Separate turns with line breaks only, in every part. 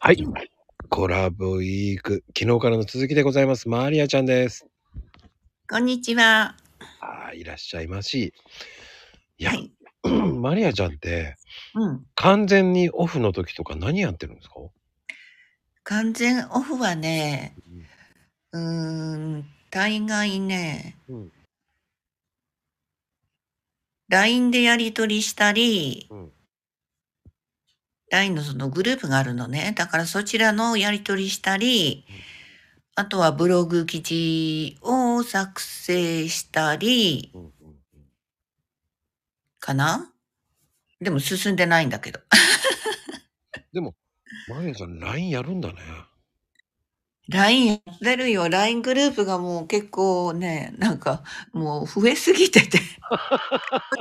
はい。コラボウィーク、昨日からの続きでございます。マリアちゃんです。
こんにちは。
ああ、いらっしゃいまし。いや、
はい。
マリアちゃんって、
うん。
完全にオフの時とか何やってるんですか
完全オフはね、
うん。
うーん、大概ね、
うん。
LINE でやり取りしたり、
うん。
LINE のそのグループがあるのね。だからそちらのやり取りしたり、
うん
あとはブログ記事を作成したり、
うんうんうん
かなでも進んでないんだけど。
でも、マリアちゃん LINE やるんだね。
LINE やってるよ。LINE グループがもう結構ね、なんかもう増えすぎてて。個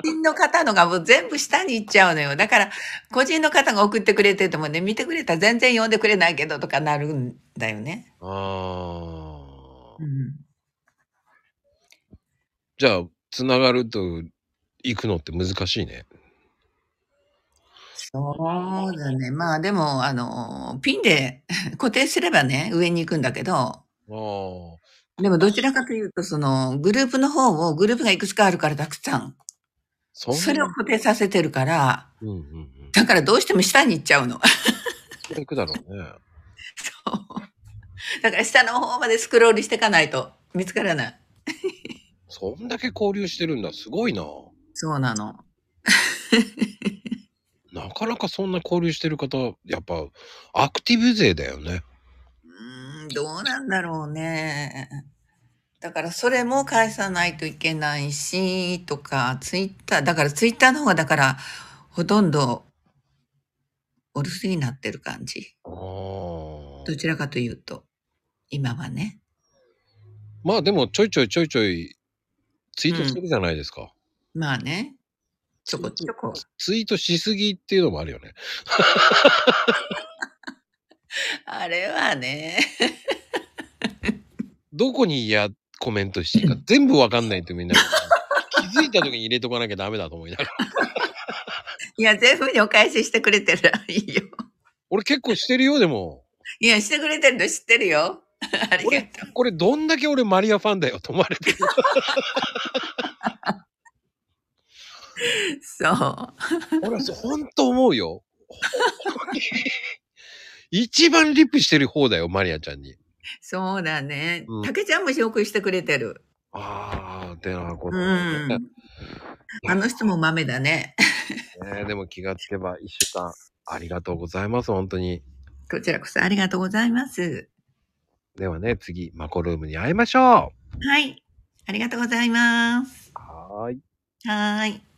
人の方のがもう全部下に行っちゃうのよ。だから、個人の方が送ってくれててもね、見てくれたら全然読んでくれないけどとかなるんだよね。
ああ。
うん。
じゃあ、つながると行くのって難しいね。
そうだね。まあでも、あの、ピンで 固定すればね、上に行くんだけど、
ああ。
でもどちらかというと、その、グループの方を、グループがいくつかあるからたくさん、
そん
そ
な
れを
に。
固定させてるから、
うんうんうん。
だからどうしても下に行っちゃうの。
それ行くだろうね。
そうだから下の方までスクロールしていかないと見つからない。
そんだけ交流してるんだ。すごいな。
そうなの。
なかなかそんな交流してる方、やっぱアクティブ勢だよね。
うーん、どうなんだろうね。だからそれも返さないといけないし、とか、ツイッター、だからツイッターの方がだから、ほとんどお留守になってる感じ。
あ
ど
あ。
ちらかというと、今はね。
まあでもちょいちょいちょいちょいツイー
う
トす
ん。
るじゃないですか。
まあね、ち
ツ
ょ
イ
こ
ート、
ちょこ。
ツイートしすぎっていうのもあるよね。
あれはね、
どこにいや、コメント していいか全部わかんないってみんな気づいた時に入れとかなきゃダメだと思いながら。
いや、全部にお返ししてくれてる らいいよ。
俺結構してるよ、でも。
いや、してくれてるの知ってるよ。 ありが
俺、
とう。
これどんだけ俺マリアファンだよと思われてる。
そう。
俺はそう本当思うよ。本 当に一番リップしてる方だよ、マリアちゃんに。
そうだね。
うん。
竹ちゃんもよくしてくれてる。
ああ、てなこ
う
とね。
ん。
いや
あの人も豆だね。
ね、でも気がつけば一週間ありがとうございます、本当に。
こちらこそありがとうございます。
ではね、次、マコルームに会いましょ
はい。ありがとうございます。
う。はーい。
はーい。